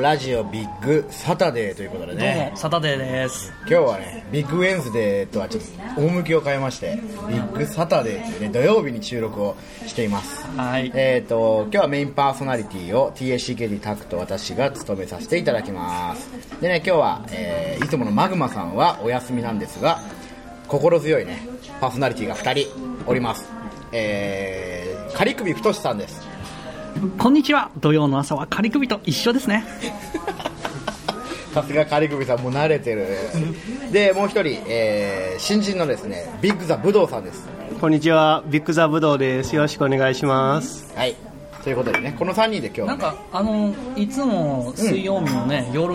ラジオビッグサタデーということでどうねも、サタデーです。今日はねビッグウェンズデーとはちょっと趣を変えましてビッグサタデーというね土曜日に収録をしていますはい。えー、と今日はメインパーソナリティを TACKD タクと私が務めさせていただきますでね今日は、えーいつものマグマさんはお休みなんですが心強いねパーソナリティが2人おりますえー、カリクビ太さんですこんにちは。土曜の朝は仮首と一緒ですね。さすがカリクビさんもう慣れてるでもう一人、えー新人のですねビッグザブドウさんですこんにちは、ビッグザブドウです。よろしくお願いします。はいということでねこの3人で今日はね、なんか、あの、いつも水曜日のね、夜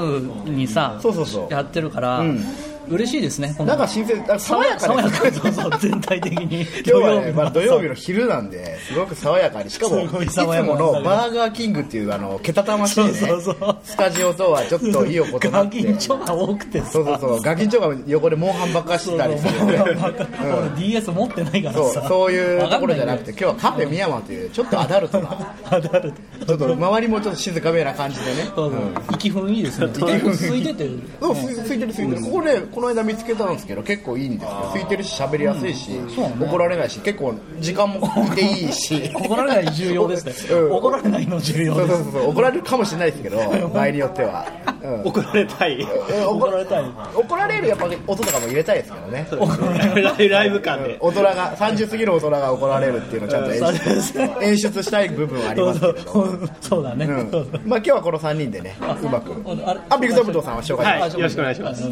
にさ、そうそうそうやってるから、うん嬉しいですね、こなんか新鮮なんか爽やか爽でやすかそうそう、全体的に。 今日は、ねまあ、朝土曜日の昼なんで、すごく爽やかに、しかも、いすごいつ爽やかなものバーガーキングっていう、あの、けたたましいね、そうそうそうスタジオとはちょっといいおことなガってキ。ンチョが多くてさ。そうそうそう、ガキンチョが横でモンハンばっかしてたりす るんで。バカ俺 DS 持ってないからそうさそういうところじゃなくてわ今日はカフェミヤマというちょっとアダルトなかんないんだよあるちょっと周りもちょっと静かめな感じでねそうそう息踏みいいですね 息踏み空いててそうす空いてる空いてるここでこの間見つけたんですけど結構いいんですよ空いてるし喋りやすいし怒られないし結構時間もかけていいし怒られない重要ですね、うん怒られないの重要そうですそうそうそう怒られるかもしれないですけ ど場合によっては、うん怒られたい。 え怒られたい怒られるやっぱ音とかも入れたいですけどねライライブ感で。大人が30過ぎる大人が怒られるっていうのをちゃんと演う出演出したい部分はありそまうすけそうれどそうそうだね、うんまあ今日はこの3人でねうまくあれあビッグザブドウさんは紹介しまはすい、よろしくお願いします。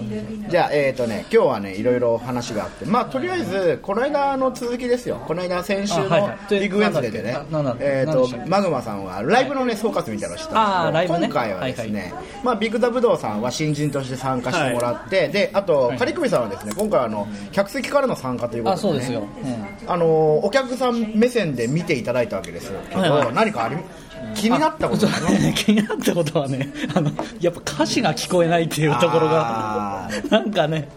じゃあえっ、とね今日はねいろいろ話があってまあとりあえずこの間の続きですよこの間先週のあはいはいビッグウェンズデーでねなんだっけえっなんだとっけマグマさんはライブのね総括みたいなのをしたあーんでラすけどイブね今回はですはねまあビッグザブドウさんは新人として参加してもらってであとカリクミさんはですね今回あの客席からの参加ということあそうですよ、あのお客さん目線で見ていただいたわけですけはいはどい何かあり気になったことああちょりまっとすね気になったことはねあのやっぱ歌詞が聞こえないっていう ところがあなんかね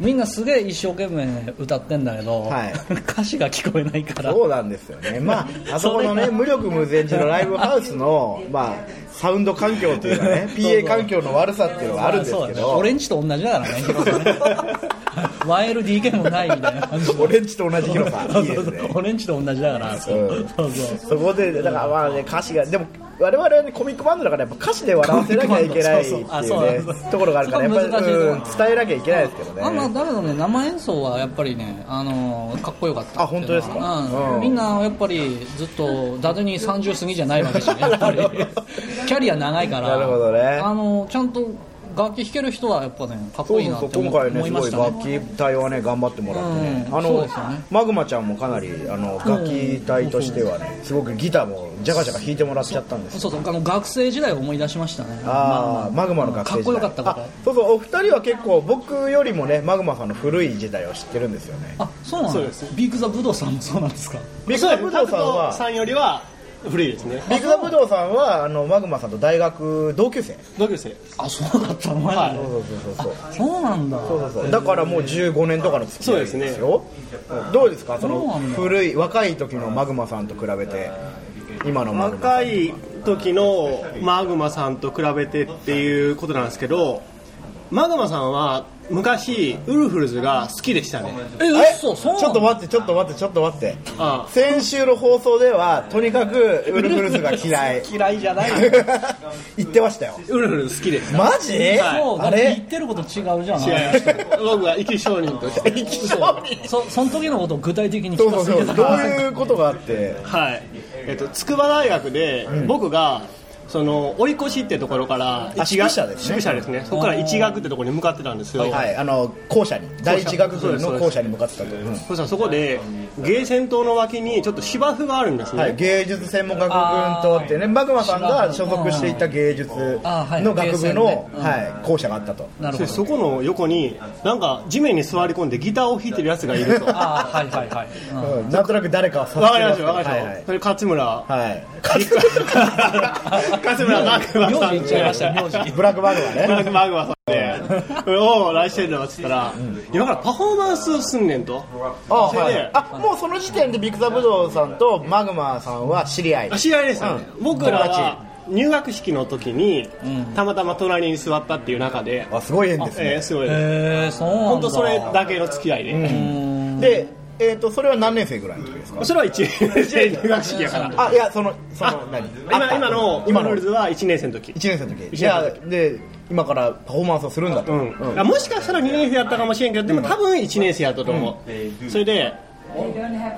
みんなすげえ一生懸命歌ってんだけど、はい歌詞が聞こえないからそうなんですよね、まあ、あそこのね、それが無力無前寺のライブハウスの、まあ、サウンド環境というか ね、PA 環境の悪さっていうのはあるんですそうけだねど、俺んちと同じだからね広 さね YLDK もないみたいな感じオレンジと同じ広 さ、いいですね。俺んちと同じだからそうそうそうそこで、だからまあね、歌詞が、でも、我々はね、コミックバンドだから、やっぱ歌詞で笑わせなきゃいけないっていうコミックバンドそうそうあそうなんねです、ところがあるから、やっぱそこは難しり、いところうん伝えなきゃいけないですけどあまあ、ね。だけどね生演奏はやっぱりね、あのーかっこよかったあ本当ですかうんうんみんなやっぱりずっと伊達に30過ぎじゃないわけじゃん やっぱりキャリア長いからなるほどねあのーちゃんと楽器弾ける人はやっぱねかっそこういいそうなそっうて思,、今回ね思いすまごいした楽ね器隊はね頑張ってもらってね、うんあそうのですよねマグマちゃんもかなりあの楽器隊としてはねすごくギターもジャカジャカ弾いてもらっちゃったんですよそうそうあの学生時代を思い出しましたねああマグマの学か生っ時代こよかったことあそうそうお二人は結構僕よりもねマグマさんの古い時代を知ってるんですよねあそうなんですビッグ・ザ・ブドウさんもそうなんですかビッグダブドウさんタクトさはんよりは古いですね。ビッグダブドウさんはあのマグマさんと大学同級生同級生。あそうだったのマジで、そうそうそうそうそうなんだそうそうそうだからもう15年とかの付き合いですようんどうですかそそうのなんだ古い若い時のマグマさんと比べて今のマグマさん若い時のマグマさんと比べてっていうことなんですけど、マグマさんは昔、ウルフルズが好きでしたね。ええ嘘そうなんちだょっと待ってちょっと待ってちょっと待ってあ先週の放送ではとにかくウルフルズが嫌 い嫌いじゃない言ってましたよウルフルズ好きでした。マジ、そう、あだって言っれてること違うじゃん。 僕は生き証人として。そその時のことを具体的にそう聞そかうせそてうたどうから。いうことがあってはい、えっと、筑波大学で僕が、その追い越しってところからあ一宿学舎ですね宿舎ですねそこから一学ってところに向かってたんですよ、はいあの校舎に第一学部の校舎に向かってたと、うんそしたらそこでゲーセン塔の脇にちょっと芝生があるんですね、はい、芸術専門学部とってねマグマさんが所属していた芸術あはいの学部の、芸術ねうんはい、校舎があったとなるほでど。そこの横になんか地面に座り込んでギターを弾いてるやつが いるとわかあーはいはいはい。うんうんなんとなく誰かはり察ましたわかりました、はいはいそれ勝村はい 勝 村マグマさ名ん字言っちゃいましたね名字ブラックマグマねマグマさんで 「おお来週だわ」っつったら「今からパフォーマンスすんねん」とあ、それであもうその時点でビクザブドウさんとマグマさんは知り合いあ知り合いですね、うん僕友らは入学式の時にうんたまたま隣に座ったっていう中で、あすごい縁ですね、えーすごいですへえそうなんだ本当それだけの付き合いで、うんで、えー、とそれは何年生ぐらいの時ですかそれは1年生入学式やからあいやそのそのあ何今今の今今ののルー1ルは1年生の時年生の時一いや年生で今からパフォーマンスをするんだと、うんあもしかしたら2年生やったかもしれんけどでも多分1年生やったと思う、それで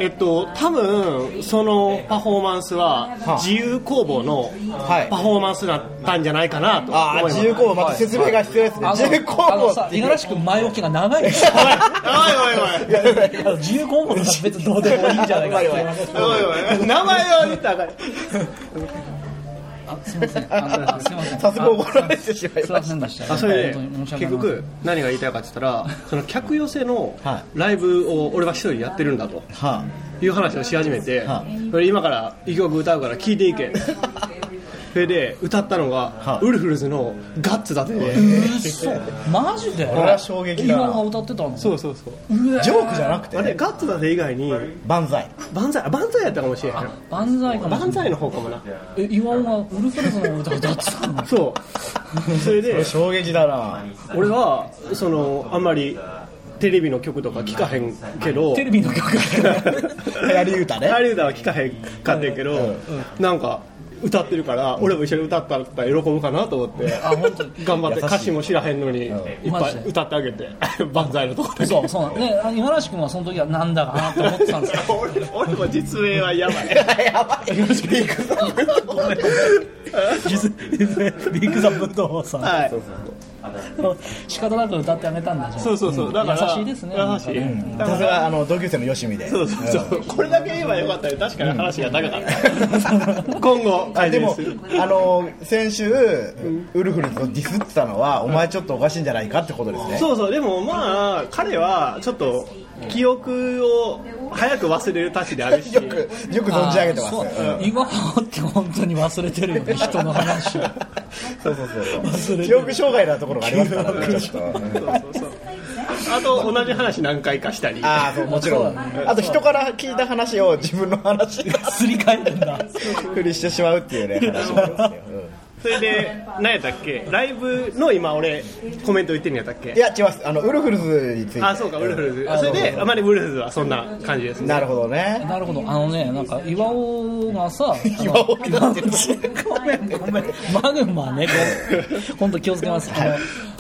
えっと多分そのパフォーマンスははあ自由工房のはいパフォーマンスだったんじゃないかなとああ思います自由工房また説明が必要ですねあ自由工のあの房さって五い十う嵐君前置きが長いですおいおいおいあの自由コンボのさ別にどうでもいいんじゃないかっておいおい名前を言ったらあかんあすみませんあのすみません早速怒られてしまいすいまましせんでしたあそれで本当に申し結訳ござい局何が言いたいかって言ったらその客寄せのはライブを俺は一人やってるんだとたはいう話をし始めてはそれ今から一曲歌うから聴いていけそれで歌ったのがいウルフルズの「ガッツ」だってません嘘マジでこれは衝撃だなイワンが歌ってたのそうそうそうあジョークじゃなくあれてガッツだぜ以外に万歳万歳あ万歳やったかもしれへん万歳かも万歳の方かもなえイワンはウルフルズの歌歌ってたのそうそれこでれ衝撃だな俺はそのあんまりテレビの曲とか聴かへんけどテレビの曲流行り歌ねハリウッドは聴かへんかってんけど、なんか歌ってるから俺も一緒に歌ったら喜ぶかなと思って本当頑張って優しい歌詞も知らへんのにいっマぱジいで歌ってあげて万歳のとこだけそうそうねあ今梨君はその時はなんだかなと思ってたんですけ ど俺俺も実名はやばい やばいビッグサムビッグザブドウさんはい仕方なく歌ってあげたんだじゃんそうそうそうだから優しいですね優しい、なんださかすらがあの同級生のよしみでそうそうそう、これだけ言えばよかったよ確かに話が長かった、今後あ改で善もするあの先週、ウルフルズをディスってたのは、お前ちょっとおかしいんじゃないかってことですね。そうそうでもまあ彼はちょっと記憶を早く忘れるたちであるしよくよく存じ上げてます。あーそううん今はって本当に忘れてるよね人の話をそうそうそ忘れうてる記憶障害なところがありますからね。ちょっとうんあと同じ話何回かしたりああそうもちろん。あと人から聞いた話を自分の話にすり替えるんだふりしてしまうっていうね話もありますよ。うんそれで何やったっけライブの今俺コメント言ってるんやったっけいや違います。あのウルフルズについて。あそうかウルフルズそれであまりウルフルズはそんな感じですねなるほどね。なるほどあのねなんか岩尾がさあの岩尾になってるごめんごめんマグマね本当気をつけますあの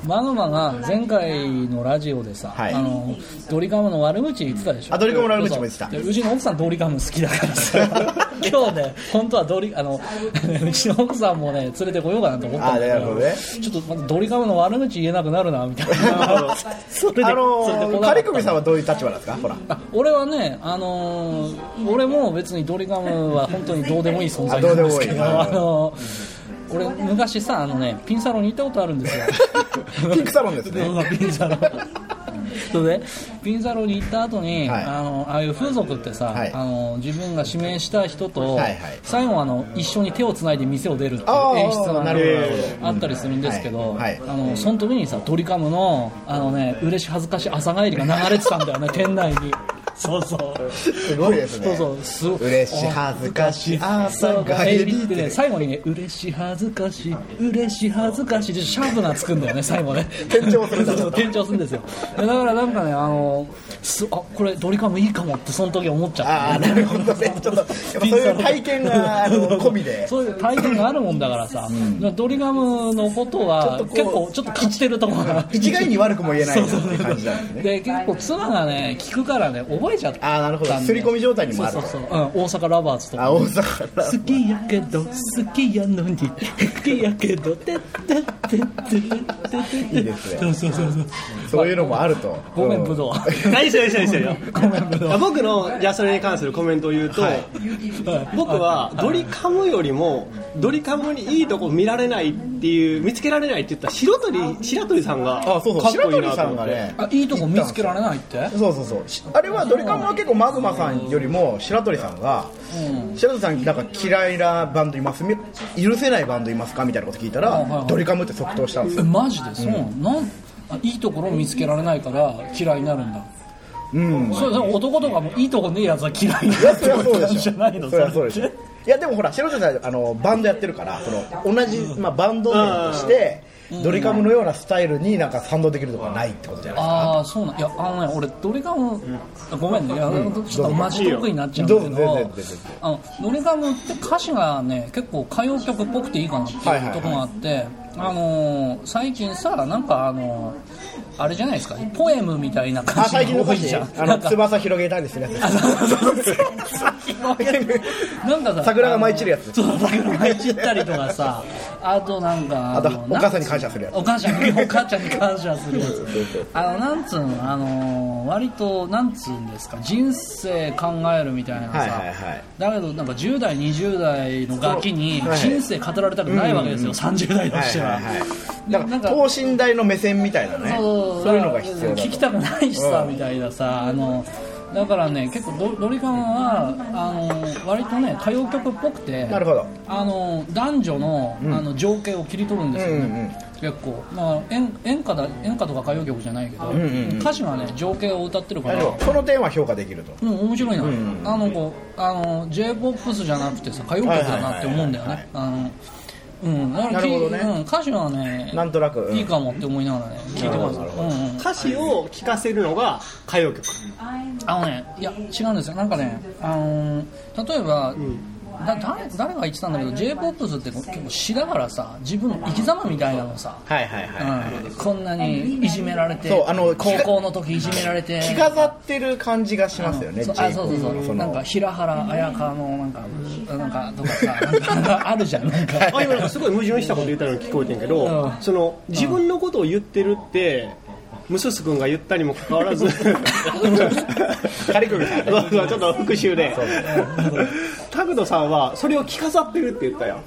マグマが前回のラジオでさ、はいあのドリカムの悪口言ってたでしょあドリカムの悪口も言ってたでうちの奥さんドリカム好きだか らさ今日ね本当はドリあのうちの奥さんもね連れてこようかなと思ったんだあなるけどほどねちょっとまたドリカムの悪口言えなくなるなみたいなそれであそれで来なかのっー、たカリクミさんはどういう立場なんですか。ほら。あ俺はね、あのー俺も別にドリカムは本当にどうでもいい存在なんですけど、ああどうでもいい。のー俺、昔さあの、ね、ピンサロンに行ったことあるんですよピンクサロンですねそうそうピンサロンそれでピンサロンに行った後に、はいあのああいう風俗ってさ、はいあの自分が指名した人と、はいはい最後はあの一緒に手をつないで店を出るっていうあー演出がなるほどなるほどあったりするんですけど、はいはいあのその時にさドリカムのあのね嬉し恥ずかし朝帰りが流れてたんだよね店内にそうそうすごいですね。そうそうすご嬉し恥ずかし朝朝帰帰りりっっててねね最後にね嬉し恥ずかし嬉し恥ずかしでシャープがつくんだよ ね最後ね転調するんだ そうそう転調するんですよだからなんかねあのすあこれドリカムいいかもってその時思っちゃったああなるほどねちょっとやっぱそういう体験があの込みでそういう体験があるもんだからさ、ドリガムのことはちょっと結こう構ちょっと勝ってると こが一概に悪くも言えないそうなそってう感じなんですねで結構妻がね聞くからね覚えちゃったんだよあーなるほど刷り込み状態にもあるそうそうそう、うん、大阪ラバーズとかあ大阪だ好きやけど好きやのに好きやけどてってってってっていいですねそうそうそうそうそういうのもあるとごめんブドウう何してる何してるごめんブドウ僕のじゃあそれに関するコメントを言うと、僕はドリカムよりもドリカムにいいとこ見られないっていう見つけられないって言った白鳥白鳥さんがかあっそうこそう白いい鳥なとさ思んっがてねあいいとこ見つけられないってそうそうそうしあれはドリカムは結構マグマさんよりも白鳥さんがうん白鳥さんなんか嫌いなバンドいますみ許せないバンドいますかみたいなこと聞いたはいはいらはいドリカムって即答したんですえよマジでそう、なんあいいところを見つけられないから嫌いになるんだうんそれ男とかもいいとこねえやつは嫌いになってそりゃそうるで感じしじょゃないのそりゃそうでしれょっていやでもほら白鳥さんあのバンドやってるからその同じ、まあ、バンド名としてドリカムのようなスタイルになんか賛同できるとかないってことじゃないああそうなんいやあのね俺ドリカム、ごめんねいや、ちょっとマジ得意になっちゃうんだけどどうぞ全然全然あのドリカムって歌詞がね結構歌謡曲っぽくていいかなってはいはいいはいうとこがあって、あのー最近さなんかあのーあれじゃないですかポエムみたいなあ感最じ近のが多歌い詞じゃんあなのんか翼広げたりするやあつそうそうそうなんかさ桜が舞い散るやつそう桜が舞い散ったりとかさあとなんかあとのお母さんに感謝するやつお母ちゃんにお母ちゃんに感謝するやつ あのなんつうのあのー割となんつうんですか人生考えるみたいなさ、はいはいはいだけどなんか10代20代のガキにそうはい人生語られたくないわけですよ、30代とはしいてはは。いはいだかならんか等身大の目線みたいなねそうそういうのが必要だと聞きたくないしさ、うんみたいなさあのだからね結構ドドリカムはあの割とね歌謡曲っぽくてなるほどあの男女の,、あの情景を切り取るんですよね、うんうん結構、まあ、演演歌だ演歌とか歌謡曲じゃないけど、んうんうん歌詞はね情景を歌ってるかならるほどその点は評価できるとうん、面白いな、んあのこうあの j p o p じゃなくてさ歌謡曲だなって思うんだよはいはいねあのうん、だからなるほどねうん、歌詞はねなんとなくうんいいかもって思いながらね聞いてますなるほうんうん、歌詞を聴かせるのが歌謡曲あのねいや違うんですよなんかねあのー例えば、だ誰誰が言ってたんだけど j p o p って結構詩だからさ自分の生き様みたいなのさ、はいはいはいはいうん、こんなにいじめられてそうあの高校の時いじめられて着飾ってる感じがしますよねそうあそうそう J-POP そののうなんか平原綾香のなんかなんかとかさなんかなんか あるじゃんなんかあ今なんかすごい矛盾したこと言ったのに聞こえてんけど、うんその自分のことを言ってるってムスス君が言ったにもかかわらず仮首さんねそうそう ちょっと復習でタグトさんはそれを着飾ってるって言ったやん、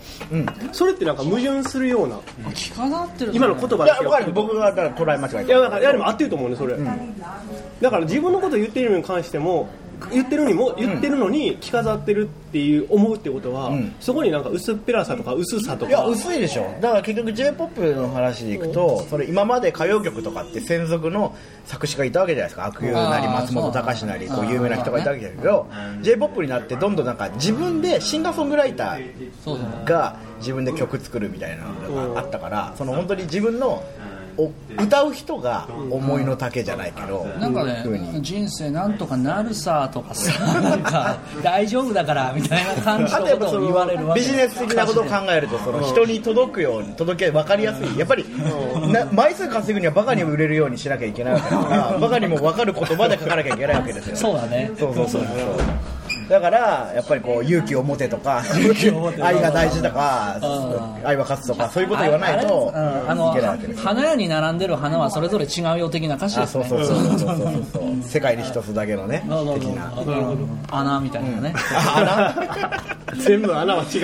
それってなんか矛盾するような着飾ってる今の言葉いでやす分よかる僕がだから捉え間違えいたやだからいやでも合ってると思うねそれ、だから自分のことを言ってるのに関しても言ってるにも言ってるのに着飾ってるっていう思うってことは、んそこになんか薄っぺらさとか薄さとかいや薄いでしょだから結局 j p o p の話でいくとそれ今まで歌謡曲とかって専属の作詞がいたわけじゃないですか悪友なりあー松本隆なりそうこう有名な人がいたわけだけど j p o p になってどんどんなんか自分でシンガーソングライタそうそうーが自分で曲作るみたいなのがあったからその本当に自分のお歌う人が思いの丈じゃないけどなんか風にね人生なんとかなるさとかさなんか大丈夫だからみたいな感じあのとやっこぱとそを言われるのわけビジネス的なことを考えるとその人に届くように届け分かりやすいやっぱりな枚数稼ぐにはバカにも売れるようにしなきゃいけないわけだからバカにも分かる言葉で書かなきゃいけないわけですよねそうだねそうそうそうそうだからやっぱりこう勇気を持てとか勇気を持て愛が大事とかん愛は勝つとかそういうこと言わないとああれうんあいけないわけでのすよ花屋に並んでる花はそれぞれ違うよ的な歌詞あですそうねそうそうそうそうそう世界に一つだけのねそうそう的そうなうん穴みたいなねあ 全部穴は違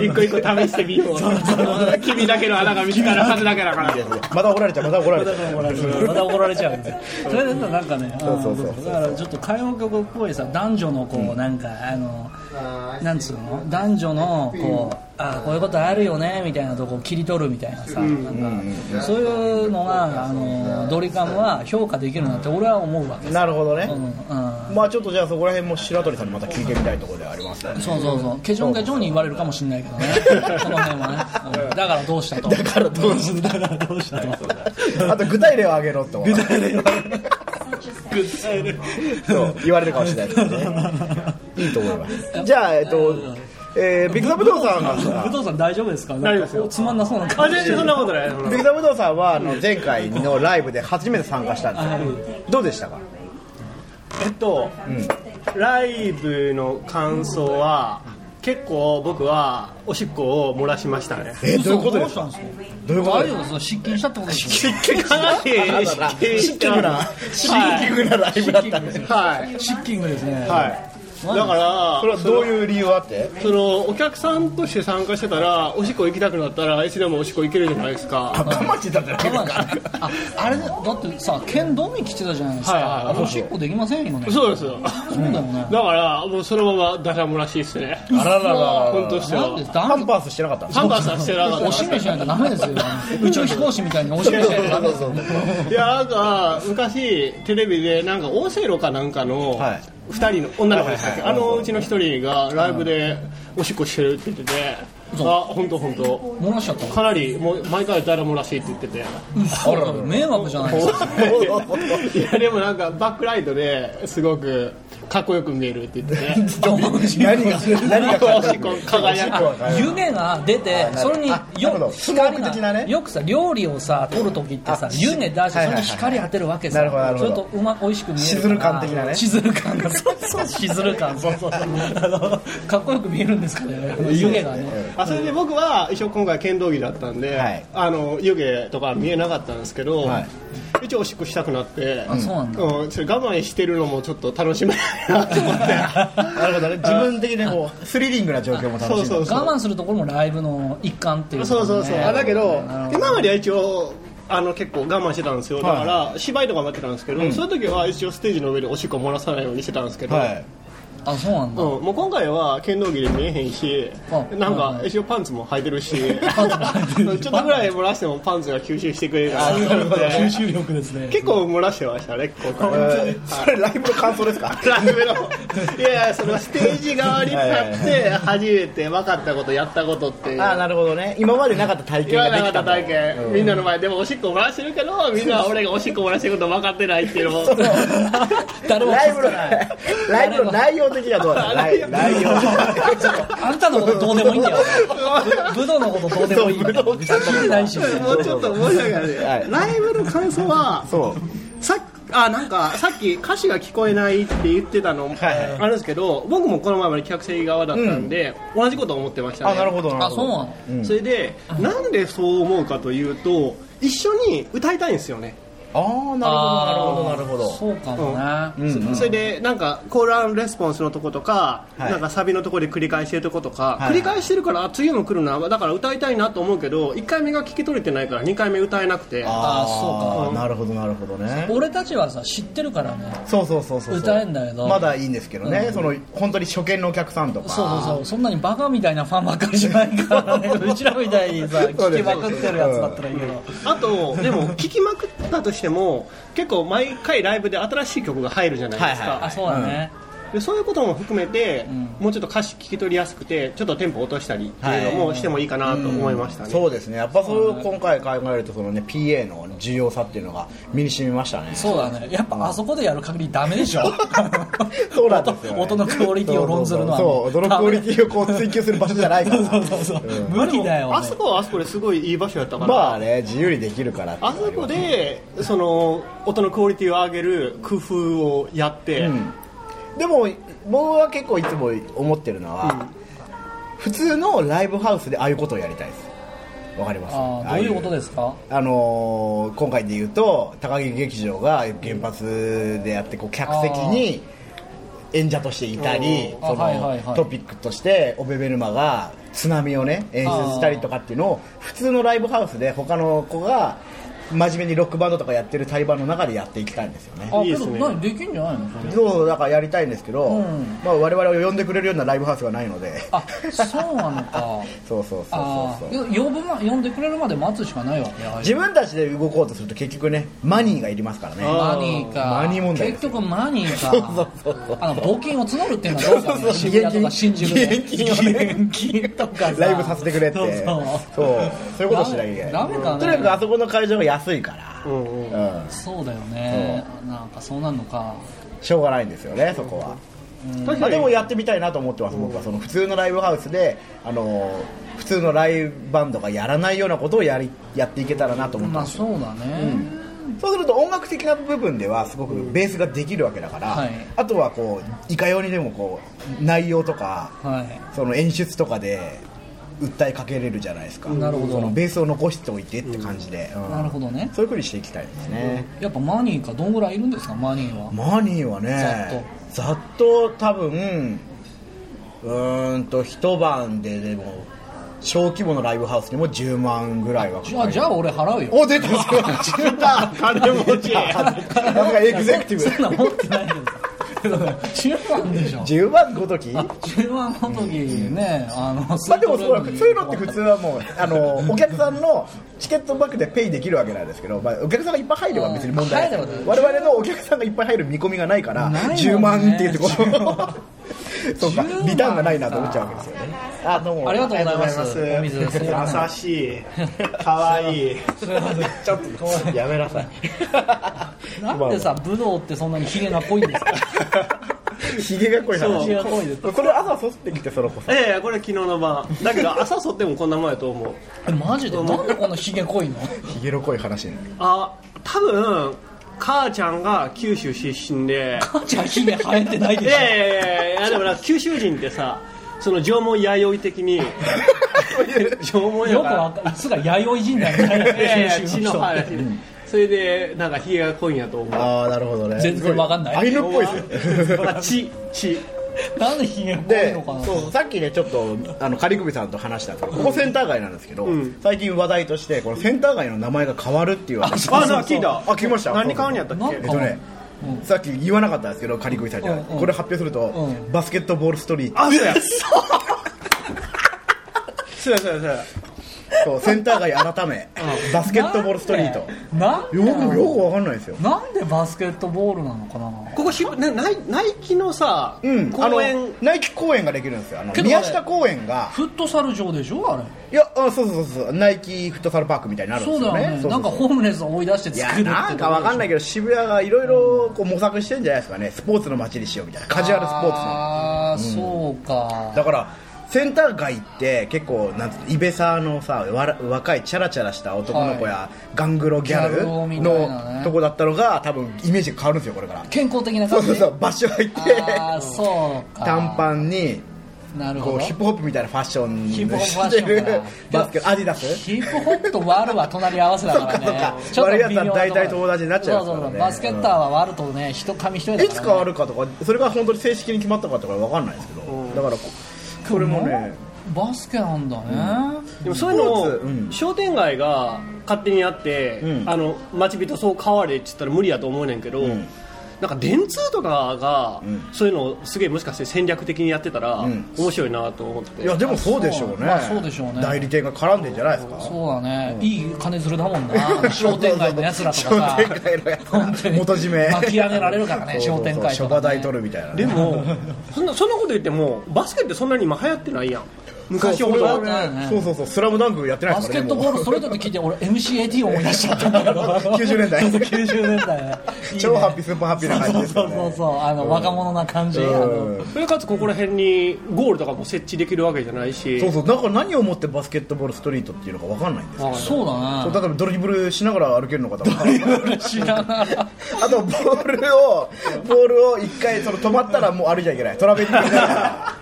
う一個一個試してみよう君だけの穴が見つかるはずだけだから穴 また怒られちゃうまた怒られちゃうまた怒られちゃうんでそれでなんかねそうそうそうあのだからちょっと歌謡曲っぽいさ男女のこうなんかあのなんつうの男女のこうあこういうことあるよねみたいなとこを切り取るみたいなさなんかそういうのがあのドリカムは評価できるなって俺は思うわけなるほどね、うんうんまあちょっとじゃあそこら辺も白鳥さんにまた聞いてみたいところではありますねそうそうそう、ケジョンケジョンに言われるかもしれないけどね、この辺はね、うんだからどうしたと、だからどうした、だからどうしたと、あと具体例を挙げろと具体例そう言われるかもしれないですけどねいいと思いますじゃあえっと、えー、ビッグサブドウさんが武藤さん大丈夫ですか、大なんか丈夫ですよつまんなそうな感あじ全然そんなことないビッグサブドウさんはあの前回のライブで初めて参加したんですよどうでしたかえっと、ライブの感想は結構僕はおしっこを漏らしましたねえどういうことでしすたんかですかどういうこと大ですか丈夫ですよ失禁したってことですよ結局かなりシッキングなシッキングなライブだったんですよはい失禁がですねはいだからそれはどういう理由あってそのお客さんとして参加してたらおしっこ行きたくなったらいつでもおしっこ行けるじゃないですあか我慢してたんじゃない我慢してああれだってさ剣道着着てたじゃないですはいはいはかいおしっこできませんよねそうですよそうだよねだからもうそのままダジャムらしいですねあらららら本当っすなよんですパン男パースしてなかったパンパスはしてなかったおしめしないとダメ ですよ宇宙飛行士みたいにおしめしないとダメですよいやなんか昔テレビでなんかオセロかなんかのはい2人の女の子でしたっけあのうちの1人がライブでおしっこしてるって言っててあそう本当本当漏らしちゃったかなりもう毎回ダラもらしいって言っててあら迷惑じゃないですかいやでもなんかバックライトですごくかっこよく見えるって言ってて 何が何がおしっこ輝く 湯気が出てそれにあなるほよどスモーク光的なねがよくさ料理をさ取る時ってさあ湯気出してそはいはいはれいに光当てるわけなさるほどなるそほどれとうま美味しく見えるしずる感的なねしずる 感がそうそうしずる感そうそうあのかっこよく見えるんですかね湯気がねあそれで僕は一応今回剣道着だったんで、はいあの湯気とか見えなかったんですけど、はい一応おしっこしたくなってあそうなんだうんそれ我慢してるのもちょっと楽しめないなと 思ってなるほどね自分的にこうスリリングな状況も楽しんそでうそうそう我慢するところもライブの一環っていうかねそうそうそうあだけどなるほど今までは一応あの結構我慢してたんですよだから、芝居とか待ってたんですけど、そういう時は一応ステージの上でおしっこ漏らさないようにしてたんですけど、はいあそうなんうだん、もう今回は剣道着で見えへんしあなんはかいはい一応パンツも履いてるし パンツも履いてるし ちょっとぐらい漏らしてもパンツが吸収してくれるかなと思って吸収力ですね結構漏らしてましたね、今回。えーそれライブの感想ですかライブのいやいや、そのステージ側に立って、初めて分かったこと、やったことっていう。ああなるほどね今までなかった体言験わがなでかきったた体験、みんなの前でもおしっこ漏らしてるけ どみんなは俺がおしっこ漏らしてること分かってないっていうのも 誰もライブのライブの内容的にはどうだ内容内容あんたのことどうでもいいんだよ武道のことどうでもいいそう武道別に聞いてないしもうちょっと面白いからね、はい ライブの感想はそうさっあなんかさっき歌詞が聞こえないって言ってたの、はいあるんですけど僕もこの前まで客席側だったんで、同じこと思ってましたねあなるほどなるあほそうどなのそれでなんでそう思うかというと一緒に歌いたいんですよね、ああなるほどなるほどなるほどそうかもね、うんうんそれでなんかコールアンドレスポンスのとことか,、はいなんかサビのとこで繰り返してるとことか、はい繰り返してるからあ次も来るなだから歌いたいなと思うけど1回目が聞き取れてないから2回目歌えなくてあーそうかなるほどなるほどね俺たちはさ知ってるからねそうそうそうそうそう歌えんだけどまだいいんですけどね、うんその本当に初見のお客さんとかそうそうそうそんなにバカみたいなファンばっかりじゃないから ねうちらみたいにさそう聞できすまくってるやつだったらいいけどあとでも聞きまくったとしても結構毎回ライブで新しい曲が入るじゃないですか、はいはあそうだね、でそういうことも含めて、もうちょっと歌詞聞き取りやすくてちょっとテンポ落としたりっていうのもしてもいいかなと思いましたね、そうですねやっぱそれを今回考えるとそのね PA の重要さっていうのが身に染みましたねそうだねやっぱあそこでやる限りダメで しょそうなんですよね音音のクオリティを論ずるのはそうそうそうそう音のクオリティをこう追求する場所じゃないからそうそうそう、無理だよ、ね、あそこはあそこですごいいい場所やったから、まあね自由にできるからっていうあのはそりこますでその音のクオリティを上げる工夫をやって、でも僕は結構いつも思ってるのは、普通のライブハウスでああいうことをやりたいですわかりますあーああどういうことですかあのー今回で言うと高木劇場が原発でやってこう客席に演者としていたりあーその、はいはいはいトピックとしてオベベルマが津波をね演出したりとかっていうのを普通のライブハウスで他の子が真面目にロックバンドとかやってる対バンの中でやっていきたいんですよねあいいけですどね何できんじゃないのそれそうだからやりたいんですけど、うんまあ、我々を呼んでくれるようなライブハウスがないのであ そうなのかそうそうそうあそうそうーよ呼ぶま呼んでくれるまで待つしかないわけああいう自分たちで動こうとすると結局ねマニーがいりますからねあマニーかマニー問題です結局マニーかそうそうそうあの募金を募るっていうのはどうかね渋谷とか新宿で現金をね現金とかさライブさせてくれってそそううそうそういうことしなきゃいけないダメダメだねとにかくあそこの会場が安いから、うんうんうんそうだよねなんかそうなんのかしょうがないんですよねそこは、確まかあ、にでもやってみたいなと思ってます、僕はその普通のライブハウスで、あのー普通のライブバンドがやらないようなことをやりやっていけたらなと思ってまあますよ、そうだねそうすると音楽的な部分ではすごくベースができるわけだから、はいあとはこういかようにでもこう内容とかはいその演出とかで訴えかけれるじゃないですかなるほどそのベースを残しておいてって感じで、うんなるほどねそういうふうにしていきたいですね、やっぱマニーかどんぐらいいるんですかマニーはマニーはねざっと多分うーんと一晩ででも小規模のライブハウスにも10万ぐらいはかじゃあじゃあ俺払うよお出た出た金持ちさすがエグゼクティそんなブ持ってないけどさ 10万でしょ10万ごときま10万の時ねあのあでもそうそういうのって普通はもうあのお客さんのチケットバックでペイできるわけなんですけど、まあ、お客さんがいっぱい入れば別に問題ないうん入れば我々のお客さんがいっぱい入る見込みがないからないもんね10万っていうところそうか10万リターンがないなと思っちゃうわけですよねあどうもありがとうございますお水ですいません優しい可愛いちょっとやめなさいなんでさ武道ってそんなにヒゲが濃いんです かひげが濃いなヒゲが濃いですこれ朝剃ってきてその子さええこれ昨日の晩だけど朝剃ってもこんなもんやと思うえマジでなんでこのヒゲ濃いのひげの濃い話になるあ多分母ちゃんが九州出身で母ちゃんヒゲ生えてないいでしやいやいやいやでもな九州人ってさその縄文弥生 的に縄文ょやよかくらわかんすが弥生人だみたいないやいや九血州のの人話それでなんかひげが濃いんやと思うああなるほどね全然わかんないアイヌっぽいですね あ血血なんでヒゲ濃いでのかなそうさっきねちょっとあの仮首さんと話したんですけどここセンター街なんですけど、うん最近話題としてこのセンター街の名前が変わるっていう話あなんか聞いたあ聞きました何買うんやったっなんけえっとねうんさっき言わなかったんですけど仮首さんじゃない、うんうんこれ発表すると、うんバスケットボールストリートあそうやそうやそうやそうやそうセンター街改め、バスケットボールストリートなんでよくよくわかんないですよなんでバスケットボールなのかなここひなナイナイキのさ、うん、公あの園ナイキ公園ができるんですよあのけどあれ宮下公園がフットサル場でしょあれいやあそうそうそうそうナイキフットサルパークみたいになるんでそうすよだねよねそうなそんうかそうホームレスを追い出しいてや作るってなんかわかんないいけど渋谷がいろいろこう模索してんじゃないですかねスポーツの街にしようみたいなカジュアルスポーツのああそうかだからセンター街って結構なんつうのイベサーのさわら若いチャラチャラした男の子や、ガングロギャギルャル男みたいなのねとこだったのが多分イメージが変わるんですよこれから健康的なそ感うじそうそう場所入ってああそうか 短パンになるこほうどヒップホップみたいなファッションヒップホップファしッてションるかなバスケアディダスヒップホップとワルは隣り合わせだからそっかねそっかちょっと微妙なとこ悪いやつは大体友達になっちゃいますからねそうそうそうバスケッターはワルとね人紙一重だいかつらね変わるかとかそれが本当に正式に決まったかとかわかんないですけどだからここれもねバスケなんだねでもそういうのをスポーツうん商店街が勝手にやって、うんあの町人そう変われって言ったら無理やと思うねんけど、んなんか電通とかが、んそういうのをすげえもしかして戦略的にやってたら、ん面白いなと思っていやでもそうでしょうね,、まあそうでしょうね代理店が絡んでんじゃないですかそうだねいい金づるだもんな商店街のやつらとかさ商店街のやつら本当に元締め巻き上げられるからねそう商店街そうそうと諸話か代ね取るみたいなね、でもそんなそんなこと言ってもバスケってそんなに今流行ってないやん昔ほそうどそねれはねそうそうそうスラムダンクやってないバでスすケからッねトボールストレートって聞いて俺 MCAT を思い出しちゃったんだけど 90年代90年代ねいいね超ハッピースーパーハッピーな感じですそうよそうねそうそうあの若者な感じあのうんそれかつここら辺にゴールとかも設置できるわけじゃないしそうそうだから何をもってバスケットボールストリートっていうのかわかんないんですよそうだそうねだからドリブルしながら歩けるのかとかあ知らないとボールをボールを一回その止まったらもう歩いちゃいけないトラベリングだから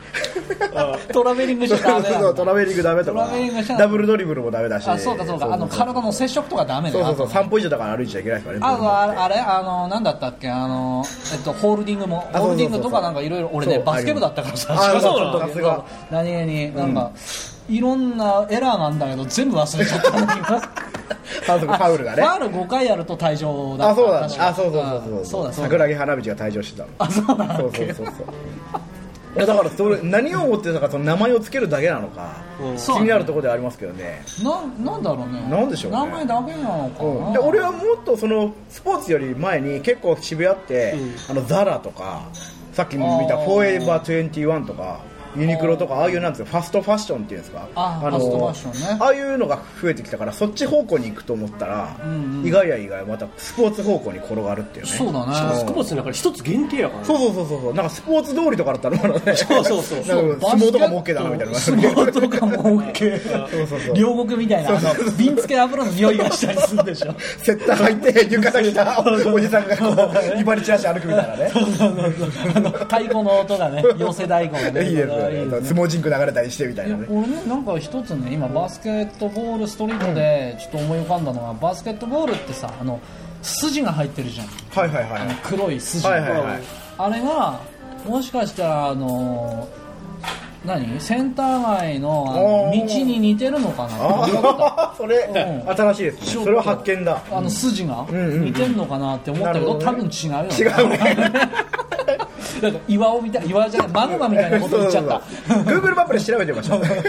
トラベリングしちゃダメそうそなうのトラベリングダメとトラベリングしちゃかダブルドリブルもダメだしあそうかそうかあの体の接触とかダメだそうよそうそう散歩以上だから歩いちゃいけないですからあねとあれあれあのなんだったっけあのえっとホールディングもあホールディングとかなんかいろいろ俺ねそうバスケ部だったからさあそうそうさすが何気になんかいろんなエラーなんだけど全部忘れちゃった の今反則ファウルがねファウル5回やると退場だあったそうだ確かあそうそうそうそうあそうだそうだ桜木花道が退場してたのあそそうなんうだそうそうそういやだからそれ何を持ってたかその名前をつけるだけなのかうん気になるところではありますけどねなんなんだろうねなんでしょうね名前だけなのかなで俺はもっとそのスポーツより前に結構渋谷って、あのザラとかさっき見たあーフォーエバー21とかユニクロとかああいうなんですよファストファッションっていうんですかあーのファストファッションねああいうのが増えてきたからそっち方向に行くと思ったら、意外や意外またスポーツ方向に転がるっていうねそうだねスポーツの中で一つ限定やからねそうそうそうそうそうなんかスポーツ通りとかだったらまだねそうそうそうなんか相撲とかも OK だなみたいな相撲とかも OK そうそうそう両国みたいなあの瓶付け油の匂いがしたりするでしょ セッター入って浴衣着たおじさんがこう威張り散らして歩くみたいなね あの太鼓の音がね寄せ太鼓がいいですねといいよねねスモージンク流れたりしてみたいなね俺ねなんか一つね今バスケットボールストリートでちょっと思い浮かんだのはバスケットボールってさあの筋が入ってるじゃはんいはいはいはい黒い筋、はいはいはいあれがもしかしたらあの何センター街のあおのー道に似てるのかなって思ったあー それうん新しいですねちょっとそれは発見だあの筋がんうんうん似てるのかなって思ったけど,、な多るほど分ね違うよ違うね なんか岩尾みたい岩尾じゃないマグマみたいなこと言っちゃっ たそうそうそう Google マップで調べてみましょうマグ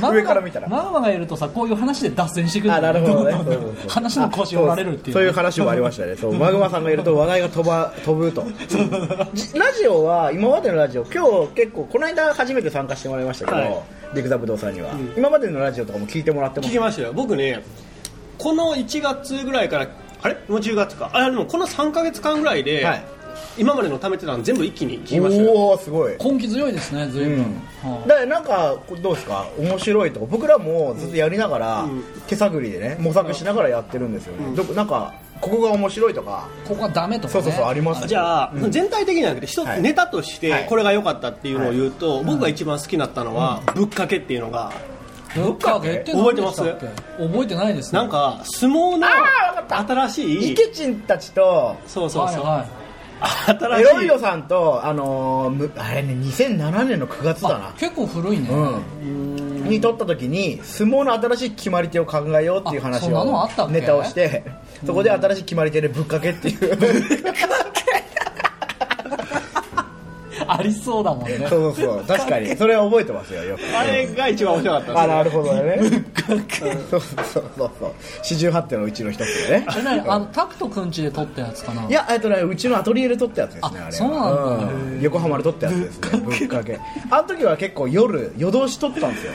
マ上から見たらマグマがいるとさこういう話で脱線してくるあなるほどねんん 話の腰折られるっていう,、そうそういう話もありましたねそうマグマさんがいると話題が飛 ば飛ぶとじラジオは今までのラジオ今日結構この間初めて参加してもらいましたけど、はいディクザブドウさんには、今までのラジオとかも聞いてもらってま聞すきましたよ僕ねこの1月ぐらいからあれもう10月かあでもこの3か月間ぐらいで、はい今までの貯めてたの全部一気に聞きましたよおおすごい根気強いですね随分、はだからなんかこうどうですか面白いとか僕らもずっとやりながら、ん手探りでね模索しながらやってるんですよね、どこなんかここが面白いとかいここはダメとか、ね、そうそうそうありますじゃあ、全体的にじゃなくて一つはいネタとしはていこれが良かったっていうのを言うと、僕が一番好きだったのは、ぶっかけっていうのがぶっかけって何でしたっけ覚覚えてないですねなんか相撲のあーわ新しイいケチンたちとそうそうそう、はいはい新しエいロイヨさんと、あのーむあれね2007年の9月だまなあ、、結構古いね、うん、に撮った時に相撲の新しい決まり手を考えようっていうあそ話んなのあったをっけネタをしてそこで新しい決まり手でぶっかけっていう ありそうだもんねそうそうそう確かにそれは覚えてますよよくあれが一番面白かったですあなるほど ねそうそうそうそう四十八手のうちの一つでねあれ何あのタクトくんちで撮ったやつかないやえっとねうちのアトリエで撮ったやつですねああれはそうなんだうん横浜で撮ったやつですねぶっかけあの時は結構夜夜通し撮ったんですよ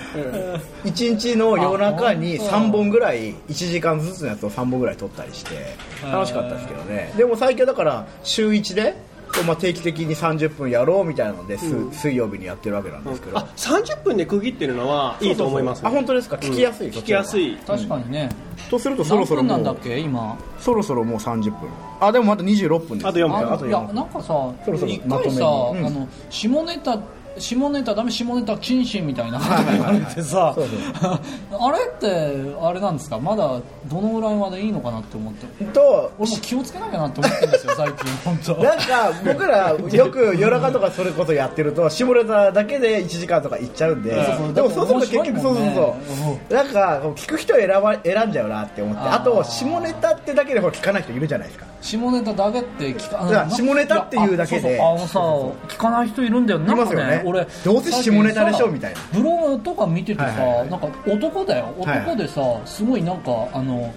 一日の夜中にあ本当3本ぐらい1時間ずつのやつを3本ぐらい撮ったりして楽しかったですけどねでも最近はだから週1でこうまあ定期的に30分やろうみたいなので、す水曜日にやってるわけなんですけど、あ30分で区切ってるのはいいと思います、あ本当ですか聞きやすい、聞きやすい確かにね、とするとそろ何そろ分なんだもっうけ今そろそろもう30分あでもまだ26分ですあと4分ああとの4いや分なんかさそろそろ一まと回めにさ、うんあの下ネタ下ネタダメ下ネタ禁止みたいなこと言われてさはいはい あれってあれなんですかまだどのぐらいまでいいのかなって思ってと俺も気をつけなきゃなって思ってるんですよ最近 本当なんか僕らよく夜中とかそれこそやってると下ネタだけで1時間とかいっちゃうんでそうそうでもそうすると結面白いもん局ねそうそうそうなんか聞く人選ば選んじゃうなって思ってあーあと下ネタってだけでほら聞かない人いるじゃないですか下ネタだけって聞かいや下ネタっていうだけでやあそうそうあのさ聞かない人いるんだよねなんかいますよね俺どうせ下ネタでしょみたいなブログとか見ててさ、はいはいはいなんか男だよはい男でさ、すごいなんかあの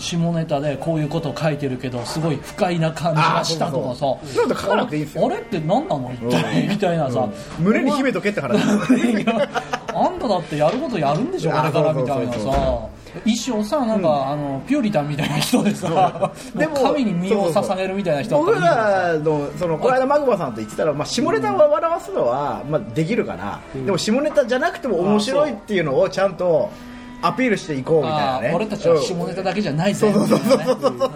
下ネタでこういうことを書いてるけどすごい不快な感じがしたとかさあそうそうそうなんか書かなくていいんですよあれって何なの一体みたいなさ、胸に秘めとけって話いやあんただってやることやるんでしょこあれからみたいなそうそうそうさ一生さなんか、あのピューリタンみたいな人でさでもうも神に身を捧げるみたいな人だ僕ったらいらいのそのこの間マグマさんと言ってたら、まあ、下ネタを笑わすのは、まあ、できるかな、でも下ネタじゃなくても面白いっていうのをちゃんとアピールしていこうみたいあなねー俺たちは下ネタだけじゃないぜみたいなね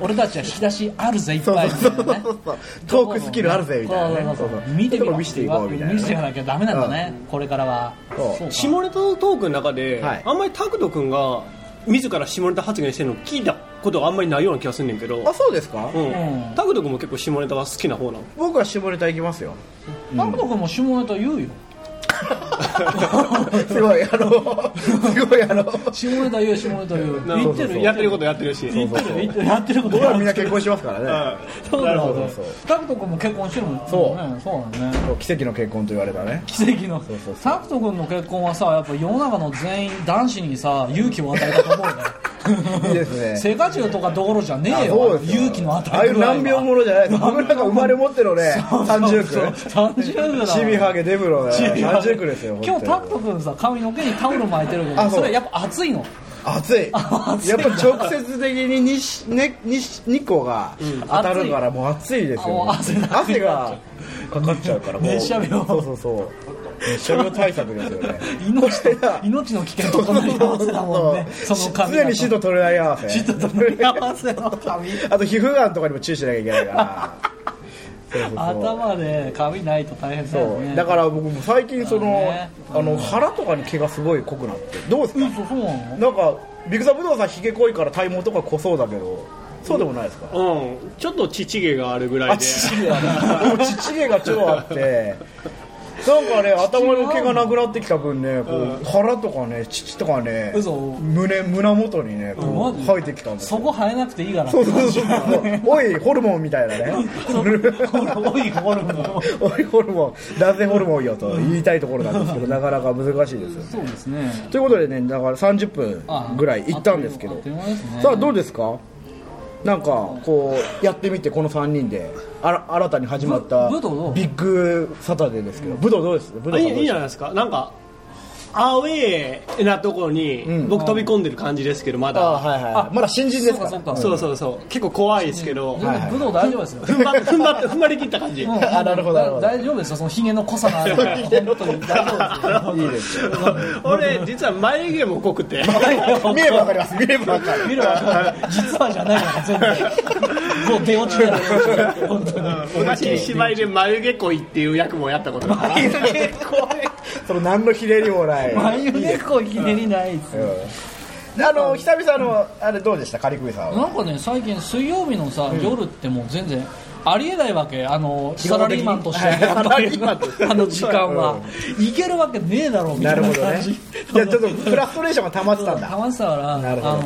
俺たちは引き出しあるぜいっそうぱいみそたういそうなねそうそうトークスキルあるぜみたいなねそそうそううそそうう見てみよう見せていこうみたいなね見せていかなきゃダメなんだねこれからはそうそうか下ネタのトークの中で、はいあんまり拓人君が自ら下ネタ発言してるの聞いたことがあんまりないような気がするねんけどあそうですか、うんうん拓人君も結構下ネタが好きな方なの僕は下ネタいきますよ マクト君も下ネタ言うよすごいあ のすごいあの下ネタ言う下ネタ言うなんか言ってるやってることやってるしうそうそう言ってるやってること僕やらるみんな結婚しますからね、そうだよねそうそう。タクト君も結婚してるもんね。。そうそうだね。そう奇跡の結婚と言われたね奇跡のうそうそうタクト君の結婚はさ、やっぱ世の中の全員男子 にさ勇気を与えたと思うね。いいですね生活中とかどころじゃねえそうよ。ですよ勇気の与えああいう難病ものじ ゃないです僕なんか生まれ持ってのねそう30区三十だ。シビハゲデブロね30区ですよ今日タ本ク当トに君さ髪の毛にタオル巻いてるけど、あそうそれやっぱ熱いの。暑 いあ暑いやっぱ直接的に日,、ね、日日光が当たるからもう暑いですあもよう汗だくになっちゃう汗がかかっちゃうからもう熱射病そうそうそう熱射病対策ですよね命と命の危険と隣り合わせだもんね。その髪常に死と取り合い合わせ死と隣り合わせの髪。あと皮膚がんとかにも注意しなきゃいけないからそうそう 頭で髪ないと大変だよそねうだから僕も最近そのああの腹とかに毛がすごい濃くなってどうですかそうそうなのなんかビクザブドウさんひげ濃いから体毛とか濃そうだけどそうでもないですかうん、ちょっと乳毛 があるぐらあい で乳毛がね乳毛が超あってなんかね頭の毛がなくなってきた分ねこう腹とかね乳とかね嘘胸胸元にねマこうジ生えてきたんですそよこ生えなくていいかなそうそうそうそう おいホルモンみたいなね多いホルモンおいホルモン男性ホルモンよと言いたいところなんですけどなかなか難しいですよそうですねということでねだから30分ぐらい行ったんですけああどっという間ですねさあどうですかなんかこうやってみてこの3人であら新たに始まったビぶ武道どうッグサタデーですけど武道どうです武道あさんいどいうでいいすんじゃないですかなんかアウェーなところにん僕飛び込んでる感じですけどまあだ、はいはいまだ新人ですからそうかそうかそうそうそう結構怖いですけど、はい武道大丈夫ですよ踏ん張って踏ん張って踏ん張り切った感じ、うんあなるほどなるほど大丈夫ですよそのヒゲの濃さのあるから本当に大丈夫ですよいいですよ 俺実は眉毛も濃くて見ればわかります見ればわかる見るわ実はじゃないから全部もう出落ちだよ本当に昔芝居で眉毛濃いっていう役もやったことがあるその何のひねりもない眉毛こうひねりないですねうんあの久々のあれどうでしたカリクイさんはなんかね最近水曜日のさ、夜ってもう全然ありえないわけあのサラリーマンとしてサラリーマンとして あの時間は、いけるわけねえだろうみたないるなほどね感じいやちょっとフラストレーションが溜まってたんただまってたからあなるほどの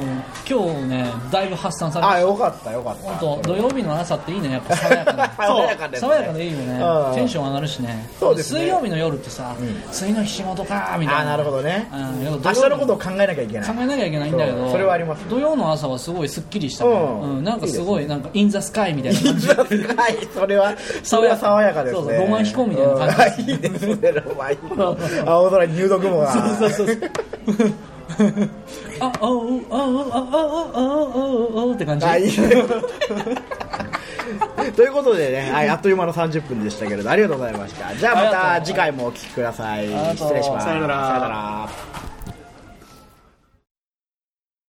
今日ねだいぶ発散されあましよかったよかったた本当土曜日の朝っていいねやっぱ爽やかな 爽やかですね爽やかでいいよねうんテンション上がるしねそうですね水曜日の夜ってさ、次の日仕事かみたいなあなるほどねうんやっぱ明土曜日のことを考えなきゃいけない考えなきゃいけないんだけそどうそれはあります土曜の朝はすごいすっきりしたね、うんうんなんかすごいなんかインザスカイみ たいな感じはい、それは、それは爽やかですね。 そうそうロマン飛行みたいな感じうんいいですね、ロマン飛行。青空に入毒もが。 そうそうそうああおあおあおあおあおあおって感じあ、い いね。ということでね、はい、あっという間の30分でしたけれど、ありがとうございました。じゃあまありがたとう次回もお聞きください。がとう失礼します。さよならさよなら。